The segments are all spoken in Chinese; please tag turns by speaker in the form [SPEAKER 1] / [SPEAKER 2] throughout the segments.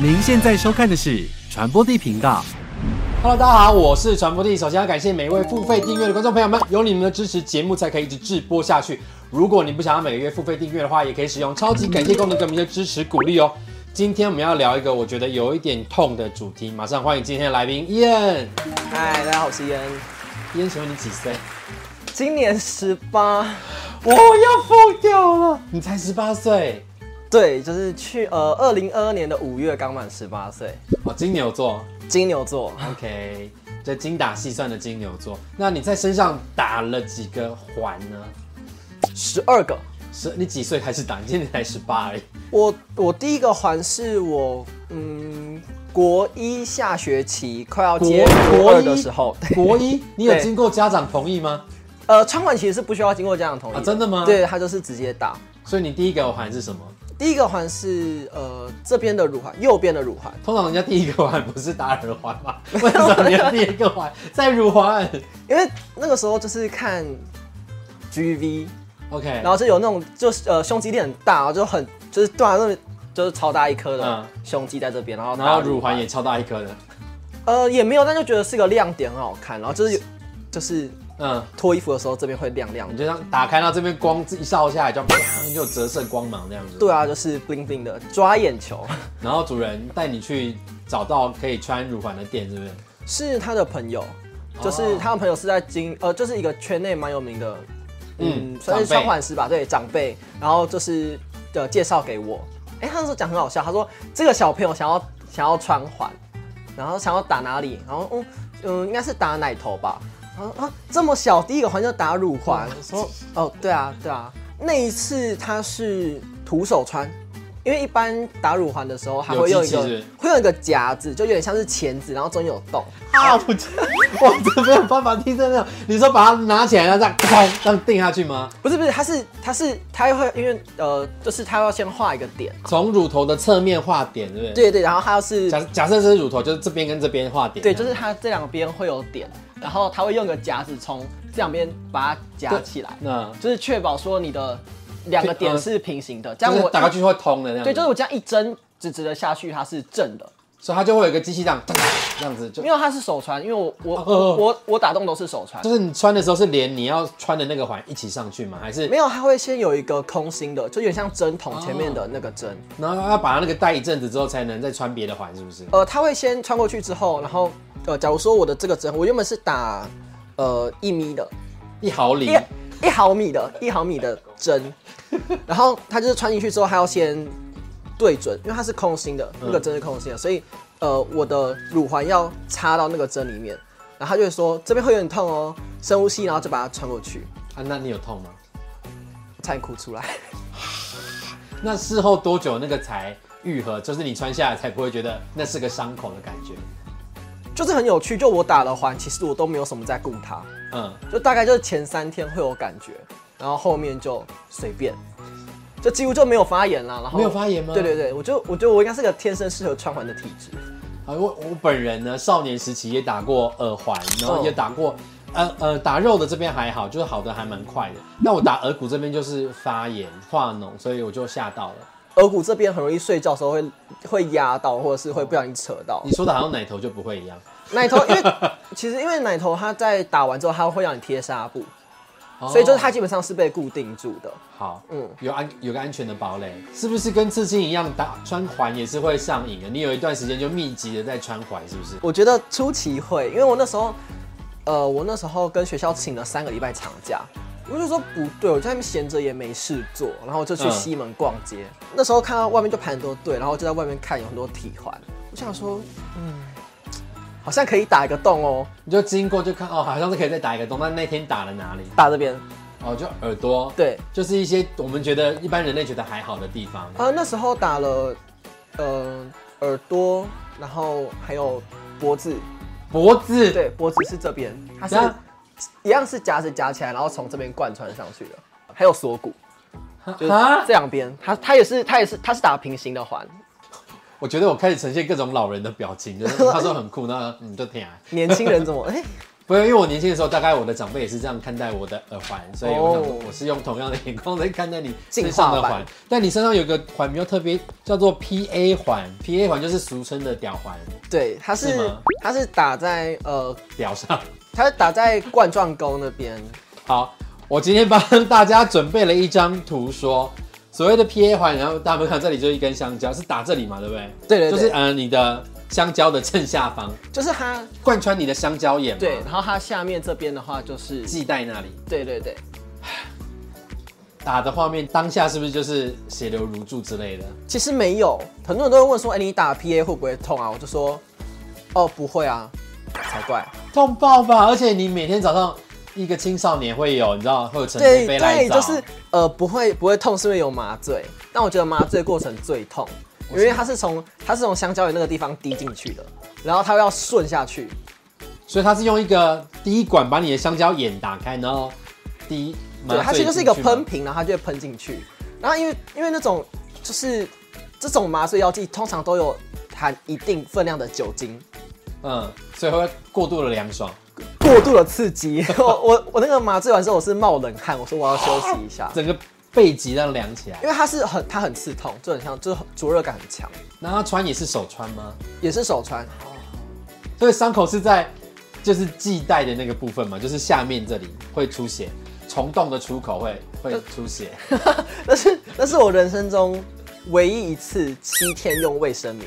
[SPEAKER 1] 您现在收看的是传播地频道。
[SPEAKER 2] Hello，大家好，我是传播帝。首先要感谢每一位付费订阅的观众朋友们，有你们的支持，节目才可以一直直播下去。如果你不想要每个月付费订阅的话，也可以使用超级感谢功能给我们一些支持鼓励哦。今天我们要聊一个我觉得有一点痛的主题，马上欢迎今天的来宾燕。
[SPEAKER 3] 嗨，大家好，我是烟，
[SPEAKER 2] 燕，请问你几岁？
[SPEAKER 3] 今年十八，
[SPEAKER 2] 我要疯掉了！你才十八岁，
[SPEAKER 3] 对，就是去呃二零二二年的五月刚满十八岁，
[SPEAKER 2] 我哦金牛座。
[SPEAKER 3] 金牛座，
[SPEAKER 2] OK，这精打细算的金牛座。那你在身上打了几个环呢？
[SPEAKER 3] 十二个。
[SPEAKER 2] 十，你几岁开始打？你现在才十八而已。
[SPEAKER 3] 我我第一个环是我嗯国一下学期快要接国二的时候，对
[SPEAKER 2] 国一，你有
[SPEAKER 3] 对
[SPEAKER 2] 经过家长同意吗？
[SPEAKER 3] 呃穿环其实是不需要经过家长同意、
[SPEAKER 2] 啊真的吗
[SPEAKER 3] 对，他就是直接打。
[SPEAKER 2] 所以你第一个环是什么？
[SPEAKER 3] 第一个环是呃这边的乳环，右边的乳环，
[SPEAKER 2] 通常人家第一个环不是打耳环 吗？为什么你的第一个环在乳环
[SPEAKER 3] 因为那个时候就是看 GV，
[SPEAKER 2] ？OK，
[SPEAKER 3] 然后就有那种就是呃胸肌垫很大，然后就很就是对啊，那种就是超大一颗的
[SPEAKER 2] 嗯
[SPEAKER 3] 胸肌在这边，然后
[SPEAKER 2] 然后乳环也超大一颗的，
[SPEAKER 3] 呃也没有，但就觉得是个亮点，很好看。然后就是有就是
[SPEAKER 2] 嗯，
[SPEAKER 3] 脱衣服的时候这边会亮亮
[SPEAKER 2] 你
[SPEAKER 3] 的，
[SPEAKER 2] 就这样打开，到这边光一照下来就砰就有折射光芒这样子。
[SPEAKER 3] 对啊，就是 bling bling 的抓眼球。
[SPEAKER 2] 然后主人带你去找到可以穿乳环的店，是不是？
[SPEAKER 3] 是他的朋友，就是
[SPEAKER 2] 哦
[SPEAKER 3] 他的朋友是在经呃就是一个圈内蛮有名的，
[SPEAKER 2] 嗯
[SPEAKER 3] 嗯，算是
[SPEAKER 2] 长辈
[SPEAKER 3] 穿环师吧，对长辈，然后就是呃介绍给我，哎、他那时候讲很好笑，他说这个小朋友想要想要穿环，然后想要打哪里，然后嗯嗯应该是打奶头吧，然后啊这么小第一个环就打乳环，我说哦对啊对啊，那一次他是徒手穿。因为一般打乳环的时候，还
[SPEAKER 2] 有
[SPEAKER 3] 会用一
[SPEAKER 2] 机器
[SPEAKER 3] 个
[SPEAKER 2] 是不是
[SPEAKER 3] 会用一个夹子，就有点像是钳子，然后中间有洞，
[SPEAKER 2] 啊，我真我真没有办法听真的。你说把它拿起来，然后这样砰这样定下去吗？
[SPEAKER 3] 不是不是，它是它是它会因为呃，就是它要先画一个点，
[SPEAKER 2] 从乳头的侧面画点，对不对？。
[SPEAKER 3] 对对，然后它要是
[SPEAKER 2] 假假设这是乳头，就是这边跟这边画点。
[SPEAKER 3] 对，就是它这两边会有点，然后它会用个夹子从这两边把它夹起来，
[SPEAKER 2] 那
[SPEAKER 3] 就是确保说你的两个点是平行的，这样
[SPEAKER 2] 就是
[SPEAKER 3] 我
[SPEAKER 2] 打过去会通的那样子。
[SPEAKER 3] 对，就是我这样一针直直的下去，它是正的，
[SPEAKER 2] 所以它就会有一个机器这样，这样子就
[SPEAKER 3] 因为它是手穿，因为我我
[SPEAKER 2] 哦哦哦
[SPEAKER 3] 我我我打洞都是手穿。
[SPEAKER 2] 就是你穿的时候是连你要穿的那个环一起上去吗？还是
[SPEAKER 3] 没有，它会先有一个空心的，就有点像针筒前面的那个针。
[SPEAKER 2] 然后要把它那个戴一阵子之后才能再穿别的环，是不是？
[SPEAKER 3] 呃，他会先穿过去之后，然后呃，假如说我的这个针，我原本是打呃一米的，
[SPEAKER 2] 一毫厘，
[SPEAKER 3] 一一毫米的一毫米的针，然后他就是穿进去之后，他要先对准，因为它是空心的，那个针是空心的，所以呃，我的乳环要插到那个针里面，然后他就会说这边会有点痛哦，深呼吸，然后就把它穿过去，
[SPEAKER 2] 啊，那你有痛吗？
[SPEAKER 3] 差点哭出来。
[SPEAKER 2] 那事后多久那个才愈合？就是你穿下来才不会觉得那是个伤口的感觉。
[SPEAKER 3] 就是很有趣，就我打了环，其实我都没有什么在顾它，
[SPEAKER 2] 嗯，
[SPEAKER 3] 就大概就是前三天会有感觉，然后后面就随便，就几乎就没有发炎啦。然后
[SPEAKER 2] 没有发炎吗
[SPEAKER 3] 对对对，我就我觉得我应该是个天生适合穿环的体质。
[SPEAKER 2] 啊，我我本人呢，少年时期也打过耳环，然后
[SPEAKER 3] 哦
[SPEAKER 2] 也打过，呃呃，打肉的这边还好，就是好的还蛮快的。
[SPEAKER 3] 嗯
[SPEAKER 2] 那我打耳骨这边就是发炎化脓，所以我就吓到了。
[SPEAKER 3] 耳骨这边很容易睡觉的时候会会压到，或者是会不小心扯 到
[SPEAKER 2] 你说的好像奶头就不会一样，
[SPEAKER 3] 奶头，因为其实因为奶头它在打完之后，它会让你贴纱布，所以就是它
[SPEAKER 2] 哦
[SPEAKER 3] 基本上是被固定住的。
[SPEAKER 2] 好，嗯
[SPEAKER 3] 嗯，
[SPEAKER 2] 有安有个安全的堡垒，是不是跟刺青一样打穿环也是会上瘾的？啊你有一段时间就密集的在穿环，是不是？
[SPEAKER 3] 我觉得初期会，因为我那时候，呃，我那时候跟学校请了三个礼拜长假，我就说不对，我在那边闲着也没事做，然后我就去
[SPEAKER 2] 嗯
[SPEAKER 3] 西门逛街。那时候看到外面就排很多队，然后就在外面看有很多体环，我想说，嗯，好像可以打一个洞哦，
[SPEAKER 2] 你就经过就看哦，好像是可以再打一个洞，但那天打了哪里？
[SPEAKER 3] 打这边。
[SPEAKER 2] 哦，就耳朵，，
[SPEAKER 3] 对，
[SPEAKER 2] 就是一些我们觉得一般人类觉得还好的地方。
[SPEAKER 3] 呃，那时候打了，呃，耳朵，然后还有脖子，
[SPEAKER 2] 脖子，
[SPEAKER 3] 对，脖子是这边，它是
[SPEAKER 2] 等下
[SPEAKER 3] 一样是夹子夹起来，然后从这边贯穿上去的，还有锁骨。就是
[SPEAKER 2] 啊
[SPEAKER 3] 这！两边，它它也是它也是它是打平行的环，
[SPEAKER 2] 我 觉得我开始呈现各种老人的表情，就是他说很酷，那你就听啊。
[SPEAKER 3] 年轻人怎么哎、
[SPEAKER 2] 不是因为我年轻的时候，大概我的长辈也是这样看待我的耳环，所以我想说
[SPEAKER 3] 哦
[SPEAKER 2] 我是用同样的眼光在看待你
[SPEAKER 3] 进
[SPEAKER 2] 身
[SPEAKER 3] 化
[SPEAKER 2] 上的
[SPEAKER 3] 版
[SPEAKER 2] 环。但你身上有个环比较特别，叫做 PA 环，PA 环就是俗称的屌环，
[SPEAKER 3] 对，它是
[SPEAKER 2] 是吗
[SPEAKER 3] 它是打在呃，
[SPEAKER 2] 屌上。
[SPEAKER 3] 它是打在冠状沟那边。
[SPEAKER 2] 好，我今天帮大家准备了一张图说。所谓的 PA 环，然后大家有没有看这里就是一根香蕉，是打这里嘛，对不对？
[SPEAKER 3] 对对对，
[SPEAKER 2] 就是呃你的香蕉的正下方，
[SPEAKER 3] 就是它
[SPEAKER 2] 贯穿你的香蕉眼嘛，
[SPEAKER 3] 对，然后它下面这边的话就是
[SPEAKER 2] 系带那里
[SPEAKER 3] 对对对
[SPEAKER 2] 打的画面，当下是不是就是血流如注之类的？
[SPEAKER 3] 其实没有，很多人都会问说，哎、你打 PA 会不会痛啊？我就说，哦，不会啊，才怪。
[SPEAKER 2] 痛爆吧！而且你每天早上一个青少年会有，你知道会有成
[SPEAKER 3] 对
[SPEAKER 2] 飞飞来
[SPEAKER 3] 对，
[SPEAKER 2] 找，
[SPEAKER 3] 就是呃，不会不会痛，是因为有麻醉。但我觉得麻醉过程最痛，因为它是从它是从香蕉眼那个地方滴进去的，然后它要顺下去。
[SPEAKER 2] 所以他是用一个滴管把你的香蕉眼打开，然后滴麻
[SPEAKER 3] 对，
[SPEAKER 2] 醉
[SPEAKER 3] 它其实就是一个
[SPEAKER 2] 进去吗
[SPEAKER 3] 喷瓶，然后它就会喷进去。然后因为因为那种就是这种麻醉药剂通常都有含一定分量的酒精，
[SPEAKER 2] 嗯，所以会过度的凉爽，
[SPEAKER 3] 过度的刺激。 我我我那个麻醉完之后我是冒冷汗，我说我要休息 一下，
[SPEAKER 2] 整个背脊让凉起来
[SPEAKER 3] 因。为它是很它很刺痛，就很像就是灼热感很强，
[SPEAKER 2] 那他穿也是手穿吗？
[SPEAKER 3] 也是手穿。
[SPEAKER 2] 所以伤口是在就是系带的那个部分嘛，就是下面这里会出血，虫洞的出口会
[SPEAKER 3] 呃
[SPEAKER 2] 会出血。
[SPEAKER 3] 那是那是我人生中唯一一次七天用卫生棉，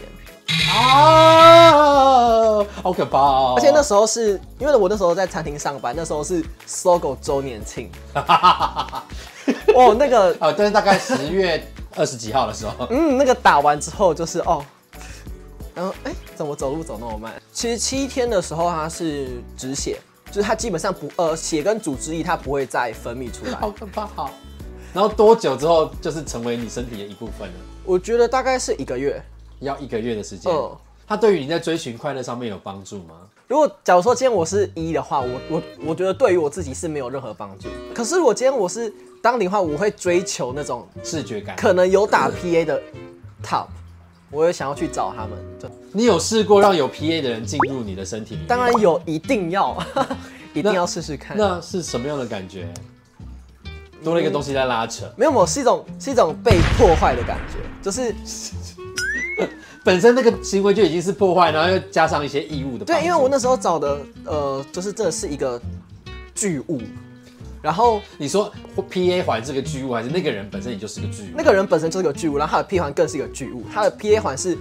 [SPEAKER 2] 啊，好可怕哦！
[SPEAKER 3] 而且那时候是因为我那时候在餐厅上班，那时候是搜狗周年庆，哦，那个
[SPEAKER 2] 啊，但是大概十月二十几号的时 候，
[SPEAKER 3] 嗯，那个打完之后就是哦，然后哎、怎么走路走那么慢？其实七天的时候它是止血，就是它基本上不呃血跟组织液它不会再分泌出来，
[SPEAKER 2] 好可怕，好。然后多久之后就是成为你身体的一部分了？
[SPEAKER 3] 我觉得大概是一个月。
[SPEAKER 2] 要一个月的时间。
[SPEAKER 3] 嗯，
[SPEAKER 2] 它对于你在追寻快乐上面有帮助吗？
[SPEAKER 3] 如果假如说今天我是一的话，我我我觉得对于我自己是没有任何帮助。可是我今天我是当零的话，我会追求那种
[SPEAKER 2] 视觉感？
[SPEAKER 3] 可能有打 PA 的 top，我也想要去找他们。就
[SPEAKER 2] 你有试过让有 PA 的人进入你的身体里面
[SPEAKER 3] 当然有，一定要， 一定
[SPEAKER 2] 那
[SPEAKER 3] 要试试看。
[SPEAKER 2] 那是什么样的感觉？多了一个东西在拉扯，
[SPEAKER 3] 没有，没有，是一种是一种被破坏的感觉，就是
[SPEAKER 2] 本身那个行为就已经是破坏，然后又加上一些异物的帮助。
[SPEAKER 3] 对，因为我那时候找的呃，就是这是一个巨物，然后
[SPEAKER 2] 你说 PA 环是个巨物，还是那个人本身也就是个巨物？
[SPEAKER 3] 那个人本身就是个巨物，然后他的 P 环更是一个巨物，他的 PA 环是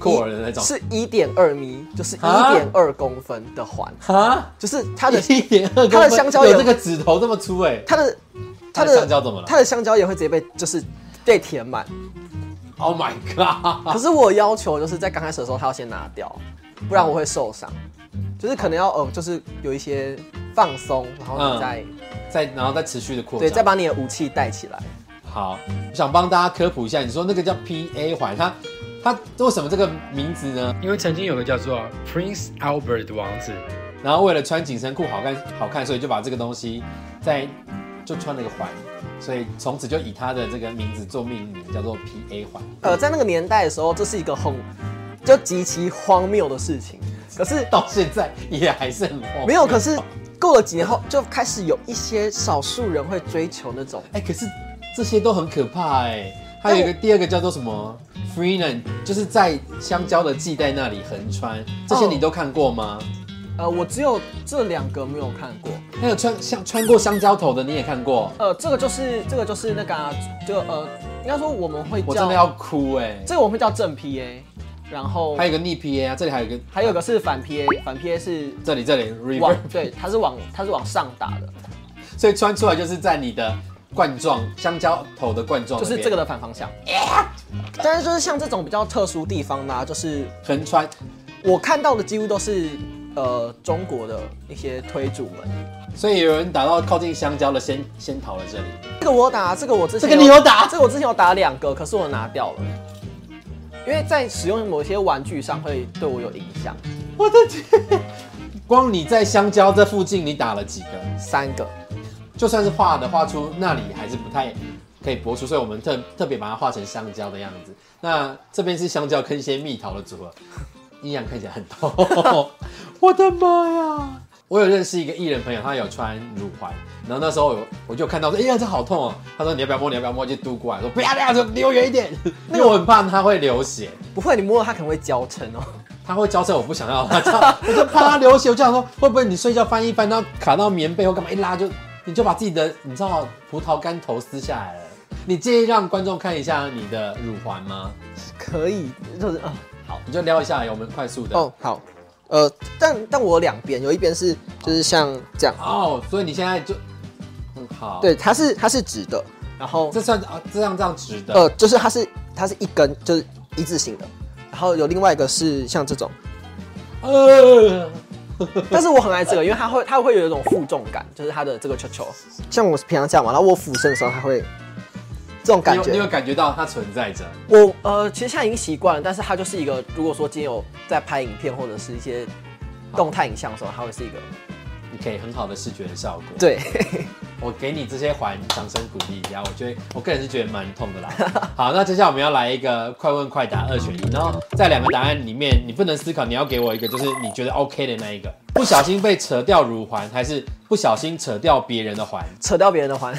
[SPEAKER 2] 酷儿的那种
[SPEAKER 3] 是一点二米，就是一
[SPEAKER 2] 啊
[SPEAKER 3] 点二公分的环，
[SPEAKER 2] 啊，
[SPEAKER 3] 就是它的
[SPEAKER 2] 一点二
[SPEAKER 3] 它的香蕉
[SPEAKER 2] 有
[SPEAKER 3] 有
[SPEAKER 2] 这个指头这么粗哎、
[SPEAKER 3] 它的
[SPEAKER 2] 它的香蕉怎么了
[SPEAKER 3] 它的香蕉也会直接被就是被填满。
[SPEAKER 2] Oh my god！
[SPEAKER 3] 可是我要求就是在刚开始的时候，它要先拿掉，不然我会受伤。就是可能要呃，就是有一些放松，然后
[SPEAKER 2] 嗯
[SPEAKER 3] 你再、
[SPEAKER 2] 再然后再持续的扩
[SPEAKER 3] 对，
[SPEAKER 2] 张，
[SPEAKER 3] 再把你的武器带起来。
[SPEAKER 2] 好，我想帮大家科普一下，你说那个叫 PA 环，它它为什么这个名字呢？
[SPEAKER 4] 因为曾经有个叫做 Prince Albert 的王子，
[SPEAKER 2] 然后为了穿紧身裤好看好看，所以就把这个东西在就穿了个环，所以从此就以它的这个名字做命名，叫做 PA 环。
[SPEAKER 3] 呃，在那个年代的时候，这是一个很就极其荒谬的事情。可是
[SPEAKER 2] 到现在也还是很荒谬
[SPEAKER 3] 没有，可是过了几年后，就开始有一些少数人会追求那种
[SPEAKER 2] 哎、可是这些都很可怕哎、还有一个第二个叫做什么 Freenan，就是在香蕉的系带那里横穿，这些
[SPEAKER 3] 哦
[SPEAKER 2] 你都看过吗？
[SPEAKER 3] 呃，我只有这两个没有看过。
[SPEAKER 2] 还有穿像穿过香蕉头的你也看过，
[SPEAKER 3] 呃，这个就是这个就是那个、啊，就呃，应该说我们会叫
[SPEAKER 2] 我真的要哭哎、
[SPEAKER 3] 这个我们会叫正 PA，然后
[SPEAKER 2] 还有一个逆 PA 啊，这里还有一个，
[SPEAKER 3] 还有一个是反 PA，反 PA 是
[SPEAKER 2] 这里这里 reverb，
[SPEAKER 3] 往对，它是往它是往上打的，
[SPEAKER 2] 所以穿出来就是在你的冠状香蕉头的冠状
[SPEAKER 3] 就
[SPEAKER 2] 那边，
[SPEAKER 3] 是这个的反方向。但是就是像这种比较特殊地方呢、就是
[SPEAKER 2] 横穿。
[SPEAKER 3] 我看到的几乎都是呃中国的一些推主们。
[SPEAKER 2] 所以有人打到靠近香蕉的先先逃了这里，
[SPEAKER 3] 这个我有打，这个我之前
[SPEAKER 2] 这个你有打
[SPEAKER 3] 这个我之前有打两个，可是我拿掉了，因为在使用某些玩具上会对我有影响。
[SPEAKER 2] 我的天！光你在香蕉这附近你打了几个？
[SPEAKER 3] 三个，
[SPEAKER 2] 就算是画的画出那里还是不太可以播出，所以我们特特别把它画成香蕉的样子。那这边是香蕉跟一些蜜桃的组合，依然看起来很痛。我的妈呀！我我有认识一个艺人朋友，他有穿乳环，然后那时候我我就看到说，哎呀，这好痛哦。他说你要不要摸？你要不要摸？就嘟过来，说不要不要，就离我远一点，因为我很怕他会流血，
[SPEAKER 3] 不会，你摸了它可能会娇嗔哦。
[SPEAKER 2] 他会交车，我不想要他这样，我就怕他流血。我就想说，会不会你睡觉翻一翻，然后卡到棉被或干嘛，一拉就你就把自己的你知道葡萄干头撕下来了。你介意让观众看一下你的乳环吗？
[SPEAKER 3] 可以，就是啊、
[SPEAKER 2] 好，你就撩一下，我们快速的。
[SPEAKER 3] 哦，好，呃，但但我有两边，有一边是就是像这样，
[SPEAKER 2] 哦，所以你现在就，嗯，好，，
[SPEAKER 3] 对，它是它是直的，然后
[SPEAKER 2] 这算啊，这样这样直的，
[SPEAKER 3] 呃，就是它是它是一根，就是一字形的，然后有另外一个是像这种，
[SPEAKER 2] 呃，
[SPEAKER 3] 但是我很爱这个，因为它会它会有一种负重感，就是它的这个球球，像我平常这样嘛，然后我俯身的时候，它会这种
[SPEAKER 2] 你
[SPEAKER 3] 感
[SPEAKER 2] 有你有
[SPEAKER 3] 觉。
[SPEAKER 2] 感觉到它存在着，
[SPEAKER 3] 我呃，其实现在已经习惯了，但是它就是一个，如果说今天有在拍影片或者是一些动态影像的时候，它会是一个
[SPEAKER 2] 你可以很好的视觉的效果。，
[SPEAKER 3] 对。
[SPEAKER 2] 我给你这些环，掌声鼓励一下。我觉得我个人是觉得蛮痛的啦。 好，那接下来我们要来一个快问快答二选一，然后在两个答案里面，你不能思考，你要给我一个就是你觉得 OK 的那一个。不小心被扯掉乳环，还是不小心扯掉别人的环？
[SPEAKER 3] 扯掉别人的环，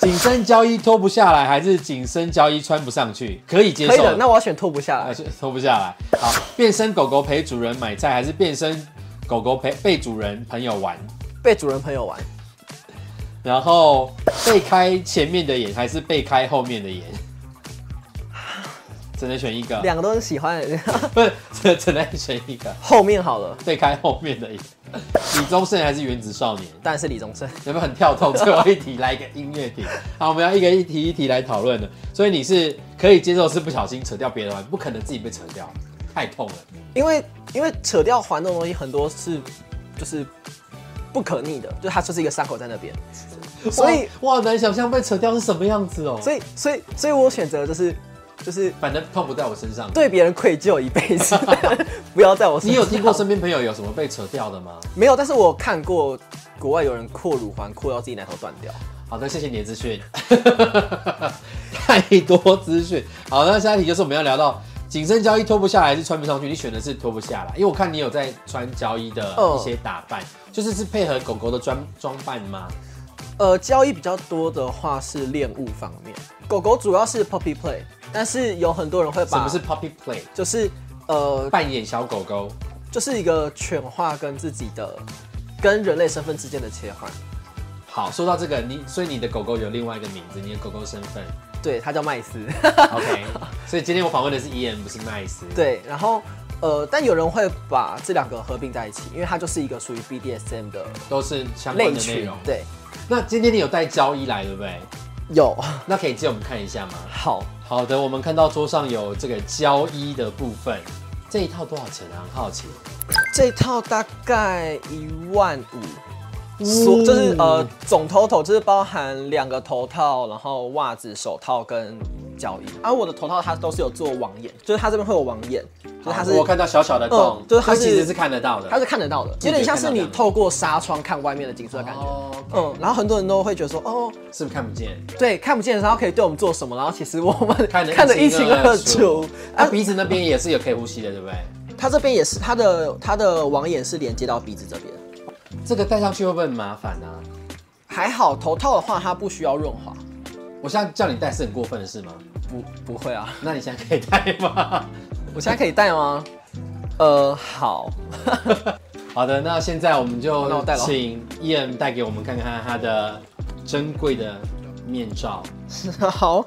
[SPEAKER 2] 紧身交衣脱不下来，还是紧身交衣穿不上去？可以接受
[SPEAKER 3] 可以的。那我要选脱不下来
[SPEAKER 2] 还。是脱不下来。好，变身狗狗陪主人买菜，还是变身狗狗陪被主人朋友玩？
[SPEAKER 3] 被主人朋友玩，
[SPEAKER 2] 然后被开前面的眼，还是被开后面的眼？ 只能选一个，
[SPEAKER 3] 两个都很喜欢。
[SPEAKER 2] 不是 只只能选一个，
[SPEAKER 3] 后面好了，
[SPEAKER 2] 被开后面的眼。李宗盛还是原子少年？
[SPEAKER 3] 当然是李宗盛。
[SPEAKER 2] 有没有很跳痛？最后一题来一个音乐 题。好，我们要一个一题一题来讨论的。所以你是可以接受是不小心扯掉别人的环，不可能自己被扯掉，太痛了。
[SPEAKER 3] 因为因为扯掉环这种东西很多是就是不可逆的，就它就是一个伤口在那边，所以
[SPEAKER 2] 我我好难想象被扯掉是什么样子哦。
[SPEAKER 3] 所以所以所以我选择就是就是
[SPEAKER 2] 反正痛不在我身上。
[SPEAKER 3] 对别人愧疚一辈子， 不要在我身
[SPEAKER 2] 你
[SPEAKER 3] 上。
[SPEAKER 2] 有听过身边朋友有什么被扯掉的吗？
[SPEAKER 3] 没有？但是我看过国外有人扩乳环扩到自己奶头断掉，
[SPEAKER 2] 好的，谢谢你的资讯， 太多资讯。好，那下一题就是我们要聊到紧身交衣脱不下来还是穿不上去，你选的是脱不下来，因为我看你有在穿交衣的
[SPEAKER 3] 嗯
[SPEAKER 2] 一些打扮，就是是配合狗狗的装装扮吗？
[SPEAKER 3] 呃，交易比较多的话是恋物方面，狗狗主要是 puppy play，但是有很多人会
[SPEAKER 2] 什
[SPEAKER 3] 把
[SPEAKER 2] 么是 puppy play？
[SPEAKER 3] 就是呃
[SPEAKER 2] 扮演小狗狗，
[SPEAKER 3] 就是一个犬化跟自己的跟人类身份之间的切换。
[SPEAKER 2] 好，说到这个，你所以你的狗狗有另外一个名字，你的狗狗身 份
[SPEAKER 3] 对，它叫麦斯。
[SPEAKER 2] ，OK。所以今天我访问的是伊恩，不是麦斯。
[SPEAKER 3] 对，然后呃，但有人会把这两个合并在一起，因为它就是一个属于 BDSM 的
[SPEAKER 2] 都是相关
[SPEAKER 3] 类
[SPEAKER 2] 的内
[SPEAKER 3] 群
[SPEAKER 2] 容。。
[SPEAKER 3] 对，
[SPEAKER 2] 那今天你有带交易来，对不对？
[SPEAKER 3] 有
[SPEAKER 2] 那可以借我们看一下吗？
[SPEAKER 3] 好，
[SPEAKER 2] 好的，我们看到桌上有这个交易的部分，这一套多少钱啊？很好奇。
[SPEAKER 3] 这套大概一万五。所就是呃，总 total 就是包含两个头套，然后袜子、手套跟脚印。而、啊、我的头套它都是有做网眼，就是它这边会有网眼，就是它是
[SPEAKER 2] 我看到小小的洞，
[SPEAKER 3] 嗯就是它
[SPEAKER 2] 所以其
[SPEAKER 3] 是
[SPEAKER 2] 实是看得到的。
[SPEAKER 3] 它是看得到的，有点像是你透过纱窗看外面的景色的感觉。
[SPEAKER 2] 哦，
[SPEAKER 3] 嗯，然后很多人都会觉得说，哦，
[SPEAKER 2] 是不是看不见？
[SPEAKER 3] 对，看不见的时候可以对我们做什么？然后其实我们
[SPEAKER 2] 看得
[SPEAKER 3] 看得
[SPEAKER 2] 一
[SPEAKER 3] 一
[SPEAKER 2] 清
[SPEAKER 3] 清
[SPEAKER 2] 二
[SPEAKER 3] 二
[SPEAKER 2] 楚
[SPEAKER 3] 楚。
[SPEAKER 2] 啊，
[SPEAKER 3] 啊，
[SPEAKER 2] 鼻子那边也是有可以呼吸的，对不对？
[SPEAKER 3] 它这边也是，它的它的网眼是连接到鼻子这边。
[SPEAKER 2] 这个戴上去会不会很麻烦啊？
[SPEAKER 3] 还好头套的话，它不需要润滑，
[SPEAKER 2] 我现在叫你戴是很过分的事吗？
[SPEAKER 3] 不不会啊。
[SPEAKER 2] 那你现在可以戴吗？
[SPEAKER 3] 我现在可以戴吗？呃，好，
[SPEAKER 2] 好的，那现在我们就
[SPEAKER 3] 哦那我戴了
[SPEAKER 2] 请 Ian 带给我们看看他的珍贵的面罩。
[SPEAKER 3] 好，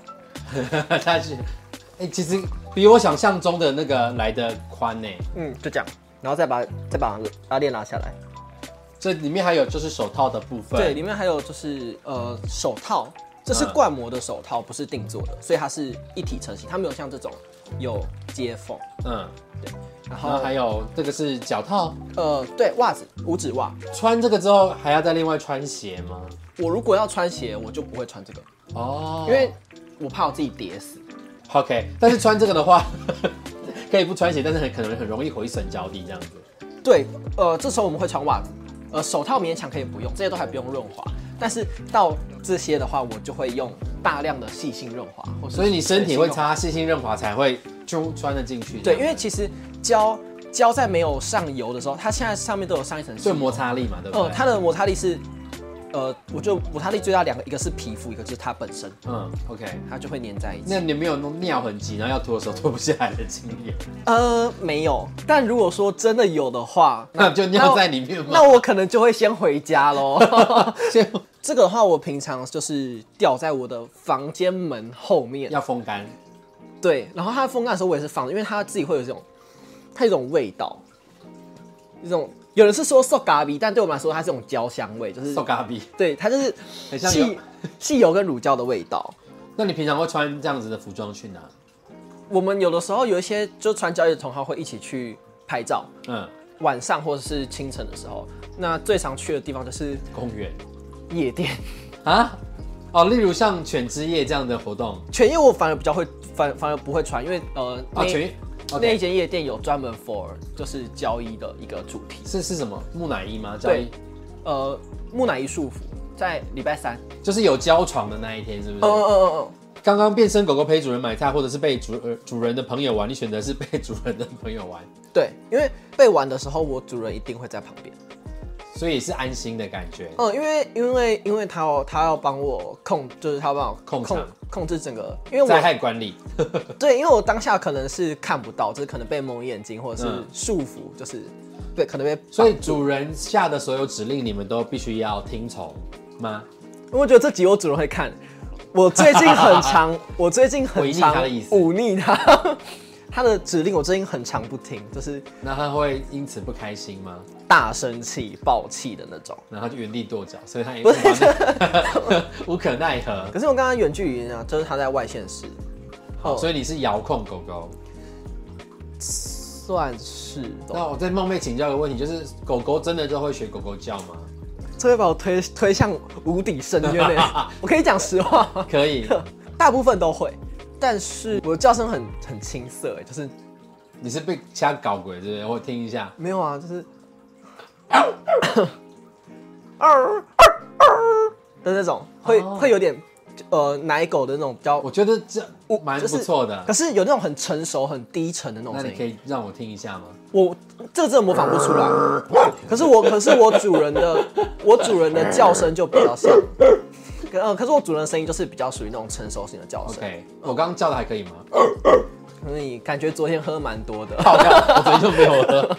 [SPEAKER 2] 他是，哎、其实比我想象中的那个来的宽呢、
[SPEAKER 3] 嗯，就这样，然后再把再把拉链拿下来。
[SPEAKER 2] 这里面还有就是手套的部分。
[SPEAKER 3] 对，，里面还有就是呃手套，这是
[SPEAKER 2] 嗯
[SPEAKER 3] 灌模的手套，不是定做的，所以它是一体成型，它没有像这种有接缝。
[SPEAKER 2] 嗯，
[SPEAKER 3] 然
[SPEAKER 2] 然后
[SPEAKER 3] 后
[SPEAKER 2] 还有这个是脚套，
[SPEAKER 3] 呃，对，袜子五指袜，
[SPEAKER 2] 穿这个之后还要再另外穿鞋吗？
[SPEAKER 3] 我如果要穿鞋，我就不会穿这个，
[SPEAKER 2] 哦，
[SPEAKER 3] 因为我怕我自己跌死。
[SPEAKER 2] OK，但是穿这个的话， 可以不穿鞋，但是很可能很容易毁损脚底这样子。
[SPEAKER 3] 对，呃，这时候我们会穿袜子，呃，手套勉强可以不用，这些都还不用润滑。但是到这些的话，我就会用大量的细心润滑，或是
[SPEAKER 2] 所以你身体会
[SPEAKER 3] 水性润滑。
[SPEAKER 2] 擦细心润滑才会就穿得进去。
[SPEAKER 3] 对，因为其实胶胶在没有上油的时候，它现在上面都有上一层
[SPEAKER 2] 就
[SPEAKER 3] 油
[SPEAKER 2] 摩。擦力嘛，对不对？
[SPEAKER 3] 呃，它的摩擦力是，呃，我觉得摩擦力最大两个，一个是皮肤，一个就是它本身，
[SPEAKER 2] 嗯，OK。
[SPEAKER 3] 它就会粘在一起。
[SPEAKER 2] 那你没有弄尿很急，然后要拖的时候拖不下来的经 验，
[SPEAKER 3] 呃，没有。但如果说真的有的话，
[SPEAKER 2] 那 就尿在里面吗？
[SPEAKER 3] 那我可能就会先回家 喽。
[SPEAKER 2] 先
[SPEAKER 3] 这个的话，我平常就是吊在我的房间门后面。
[SPEAKER 2] 要风干，
[SPEAKER 3] 对，然后它风干的时候我也是放的，因为它自己会有这种，它有一种味道，一种有人是说瘦咖喱，但对我们来说它是一种焦香味，就是
[SPEAKER 2] 瘦咖比。
[SPEAKER 3] 对，它就是
[SPEAKER 2] 很像
[SPEAKER 3] 汽
[SPEAKER 2] 有
[SPEAKER 3] 汽油跟乳胶的味道。
[SPEAKER 2] 那你平常会穿这样子的服装去哪？
[SPEAKER 3] 我们有的时候有一些就穿交易的同好会一起去拍照，
[SPEAKER 2] 嗯，
[SPEAKER 3] 晚上或者是清晨的时候，那最常去的地方就是
[SPEAKER 2] 公园
[SPEAKER 3] 夜店。
[SPEAKER 2] 啊？哦，例如像犬之夜这样的活动
[SPEAKER 3] 全夜我反而比较会，反反而不会穿，因为呃，
[SPEAKER 2] 啊，
[SPEAKER 3] 那
[SPEAKER 2] 犬夜
[SPEAKER 3] 那
[SPEAKER 2] OK
[SPEAKER 3] 一间夜店有专门 for 就是交易的一个主题。
[SPEAKER 2] 是是什么木乃伊吗？交
[SPEAKER 3] 对
[SPEAKER 2] 易，
[SPEAKER 3] 呃，木乃伊束缚在礼拜三。
[SPEAKER 2] 就是有交床的那一天，是不是？
[SPEAKER 3] 嗯嗯嗯
[SPEAKER 2] 哦
[SPEAKER 3] 嗯嗯，
[SPEAKER 2] 刚刚变身狗狗陪主人买菜，或者是被主呃主人的朋友玩，你选择是被主人的朋友玩，
[SPEAKER 3] 对，因为被玩的时候，我主人一定会在旁边。
[SPEAKER 2] 所以也是安心的感觉。
[SPEAKER 3] 嗯，因为因为因为他要他要帮我控，就是他要帮我
[SPEAKER 2] 控场
[SPEAKER 3] 控控制整个，因为
[SPEAKER 2] 灾
[SPEAKER 3] 我
[SPEAKER 2] 害管理，
[SPEAKER 3] 对，因为我当下可能是看不到，就是可能被蒙眼睛或者是
[SPEAKER 2] 嗯
[SPEAKER 3] 束缚，就是对，可能被。
[SPEAKER 2] 所以主人下的所有指令，你们都必须要听从吗？
[SPEAKER 3] 因为我觉得这集我主人会看。我最近 很常，我最近很
[SPEAKER 2] 违逆
[SPEAKER 3] 常
[SPEAKER 2] 他的意思
[SPEAKER 3] 忤逆他，他的指令我最近很常不听，就是
[SPEAKER 2] 那他会因此不开心吗？
[SPEAKER 3] 大生气、暴气的那种。
[SPEAKER 2] 然后他就原地跺脚，所以他也
[SPEAKER 3] 不是
[SPEAKER 2] 无可奈何。
[SPEAKER 3] 可是我刚刚远距离呢，就是他在外县市，哦
[SPEAKER 2] 所以你是遥控狗狗。
[SPEAKER 3] 算是
[SPEAKER 2] 那
[SPEAKER 3] 哦，
[SPEAKER 2] 我在冒昧请教一个问题，就是狗狗真的就会学狗狗叫吗？
[SPEAKER 3] 这会把我推推向无底深 渊呢。我可以讲实话吗，
[SPEAKER 2] 可 以，
[SPEAKER 3] 大部分都会，但是我的叫声很很青涩，哎，就是
[SPEAKER 2] 你是被瞎搞鬼对不对？我听一下，
[SPEAKER 3] 没有 啊，就是的那种，会
[SPEAKER 2] 哦
[SPEAKER 3] 会有点呃奶狗的那种比较
[SPEAKER 2] 我，觉得这蛮不
[SPEAKER 3] 就是
[SPEAKER 2] 错的。
[SPEAKER 3] 可是有那种很成熟、很低沉的那种
[SPEAKER 2] 那
[SPEAKER 3] 声
[SPEAKER 2] 你可
[SPEAKER 3] 音，
[SPEAKER 2] 以让我听一下吗？
[SPEAKER 3] 我这个真的模仿不出来。可是我，可是我主 人的，我主人的叫声就比较像，可呃，可是我主人的声音就是比较属于那种成熟型的叫声。
[SPEAKER 2] OK，我刚刚叫的还可以吗？
[SPEAKER 3] 可能你感觉昨天喝蛮多的，
[SPEAKER 2] 好看， 我昨天就没有了。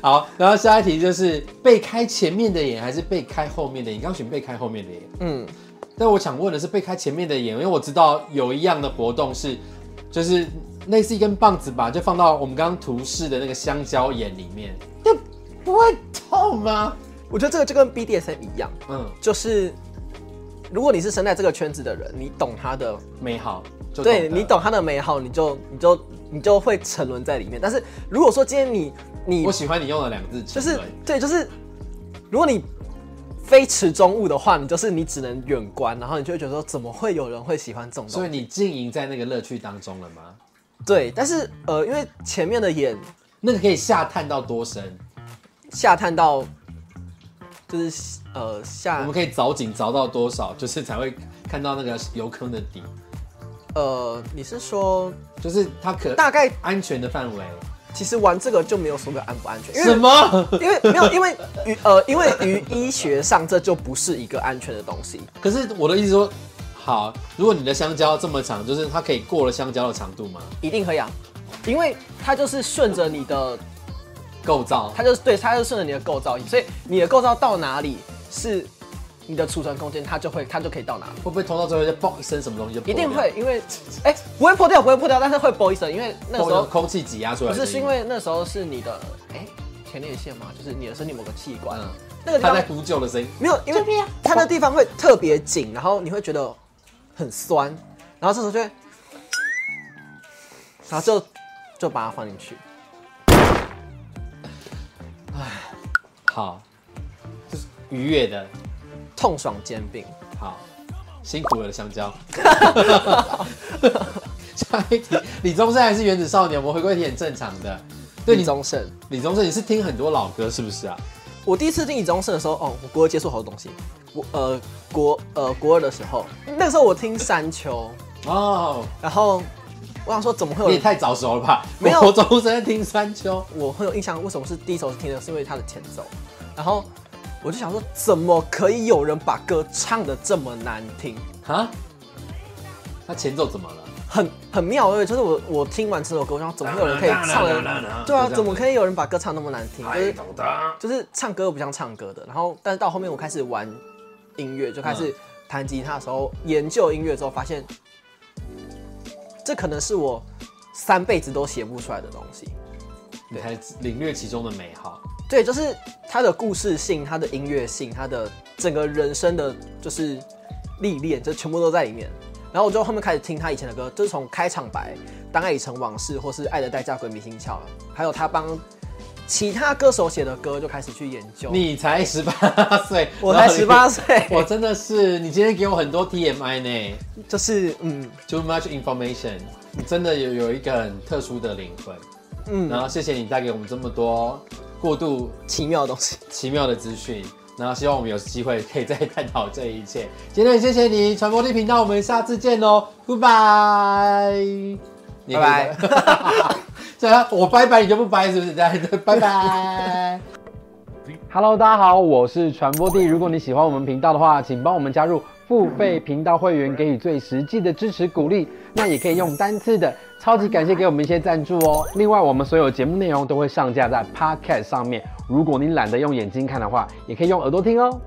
[SPEAKER 2] 好，然后下一题就是被开前面的眼还是被开后面的眼？你刚选被开后面的眼，
[SPEAKER 3] 嗯，
[SPEAKER 2] 但我想问的是被开前面的眼，因为我知道有一样的活动是，就是类似一根棒子吧，就放到我们刚刚图示的那个香蕉眼里面，那不会痛吗？
[SPEAKER 3] 我觉得这个就跟 BDSM 一样，
[SPEAKER 2] 嗯，
[SPEAKER 3] 就是如果你是身在这个圈子的人，你懂他的，
[SPEAKER 2] 美好，就
[SPEAKER 3] 对
[SPEAKER 2] 得
[SPEAKER 3] 你。懂他的美好，你就你就你就会沉沦在里面。但是如果说今天你你
[SPEAKER 2] 我喜欢你用了两个字，
[SPEAKER 3] 就
[SPEAKER 2] 就是
[SPEAKER 3] 对，就是如果你非池中物的话，你就是你只能远观，然后你就会觉得说，怎么会有人会喜欢这种东
[SPEAKER 2] 所以
[SPEAKER 3] 西？
[SPEAKER 2] 你经营在那个乐趣当中了吗？
[SPEAKER 3] 对，但是呃，因为前面的眼
[SPEAKER 2] 那个可以下探到多深？
[SPEAKER 3] 下探到，就是呃
[SPEAKER 2] 我
[SPEAKER 3] 下
[SPEAKER 2] 们可以凿井凿到多少，就是才会看到那个油坑的底，
[SPEAKER 3] 呃，你是说
[SPEAKER 2] 就是它可
[SPEAKER 3] 大概
[SPEAKER 2] 安全的范围。
[SPEAKER 3] 其实玩这个就没有说个安不安全，因
[SPEAKER 2] 什
[SPEAKER 3] 为
[SPEAKER 2] 么？
[SPEAKER 3] 因为没有，因为于呃，因为于医学上这就不是一个安全的东西。
[SPEAKER 2] 可是我的意思说，好，如果你的香蕉这么长，就是它可以过了香蕉的长度吗？
[SPEAKER 3] 一定可以啊，因为它就是顺着你的，
[SPEAKER 2] 构造
[SPEAKER 3] 它就是对，它就是顺着你的构造所以你的构造到哪里是你的储存空间，它就会它就可以到哪里。
[SPEAKER 2] 会不会通到最后就嘣一声什么东西就破
[SPEAKER 3] 一
[SPEAKER 2] 掉
[SPEAKER 3] 定会，因为哎、不会破掉，不会破掉，但是会啵一声，因为那个
[SPEAKER 2] 碰
[SPEAKER 3] 时
[SPEAKER 2] 到
[SPEAKER 3] 候
[SPEAKER 2] 空气挤压出来
[SPEAKER 3] 不
[SPEAKER 2] 的音？
[SPEAKER 3] 是是因为那时候是你的哎、前列腺嘛，就是你的身体某个器官，啊
[SPEAKER 2] 嗯，
[SPEAKER 3] 那个地
[SPEAKER 2] 它在啊
[SPEAKER 3] 方
[SPEAKER 2] 呼救的声音。
[SPEAKER 3] 没有，因为它那地方会特别紧，然后你会觉得很酸，然后这时候就会，然后就就把它放进去。
[SPEAKER 2] 好，就是愉悦的。
[SPEAKER 3] 痛爽煎饼，
[SPEAKER 2] 好，辛苦了香 蕉。下一题，李宗盛还是原子少年？我们回归题很正常的。对
[SPEAKER 3] 李
[SPEAKER 2] 你
[SPEAKER 3] 宗盛。
[SPEAKER 2] 李宗盛，你是听很多老歌是不是啊？
[SPEAKER 3] 我第一次听李宗盛的时候，哦，我国二接触好多东西。我呃国呃国二的时候，那个时候我听山丘，
[SPEAKER 2] 哦，
[SPEAKER 3] 然后我想说怎么会有
[SPEAKER 2] 你也
[SPEAKER 3] 人？
[SPEAKER 2] 太早熟了吧？
[SPEAKER 3] 没有
[SPEAKER 2] 国中生在听山丘，
[SPEAKER 3] 我很有印象，为什么是第一首听的，是因为它的前奏。然后我就想说，怎么可以有人把歌唱的这么难听？啊
[SPEAKER 2] 哈？那前奏怎么了？
[SPEAKER 3] 很很妙，对，就是我我听完这首歌，我想怎么会有人可以唱的？对啊，怎么可以有人把歌唱那么难听？就是就是唱歌不像唱歌的。然后，但是到后面我开始玩音乐，就开始弹吉他的时候，研究音乐之后，发现这可能是我三辈子都写不出来的东西。
[SPEAKER 2] 你才领略其中的美好。
[SPEAKER 3] 对，就是它的故事性、它的音乐性、它的整个人生的，就是历练，就全部都在里面。然后我就后面开始听他以前的歌，就是从开场白《当爱已成往事》或是《爱的代价》《鬼迷心窍》，还有他帮其他歌手写的歌，就开始去研究。
[SPEAKER 2] 你才十八岁，
[SPEAKER 3] 我
[SPEAKER 2] 然
[SPEAKER 3] 才
[SPEAKER 2] 后你
[SPEAKER 3] 十 八，岁，
[SPEAKER 2] 我真的是，你今天给我很多 TMI 呢
[SPEAKER 3] 就是嗯
[SPEAKER 2] ，too much information，你真的有有一个很特殊的灵魂，然
[SPEAKER 3] 嗯
[SPEAKER 2] 后谢谢你带给我们这么多过度
[SPEAKER 3] 奇妙的东西。
[SPEAKER 2] 奇妙的资讯，然后希望我们有机会可以再探讨这一切。今天也谢谢你，传播力频道，我们下次见喽，Goodbye，你也可以
[SPEAKER 3] 拜
[SPEAKER 2] 拜。对啊，我拜拜你就不拜是不是？ 这样拜拜。Hello，大家好，我是传播帝。如果你喜欢我们频道的话，请帮我们加入付费频道会员，给予最实际的支持鼓励。那也可以用单次的，超级感谢给我们一些赞助哦。另外，我们所有节目内容都会上架在 Podcast 上面，如果你懒得用眼睛看的话，也可以用耳朵听哦。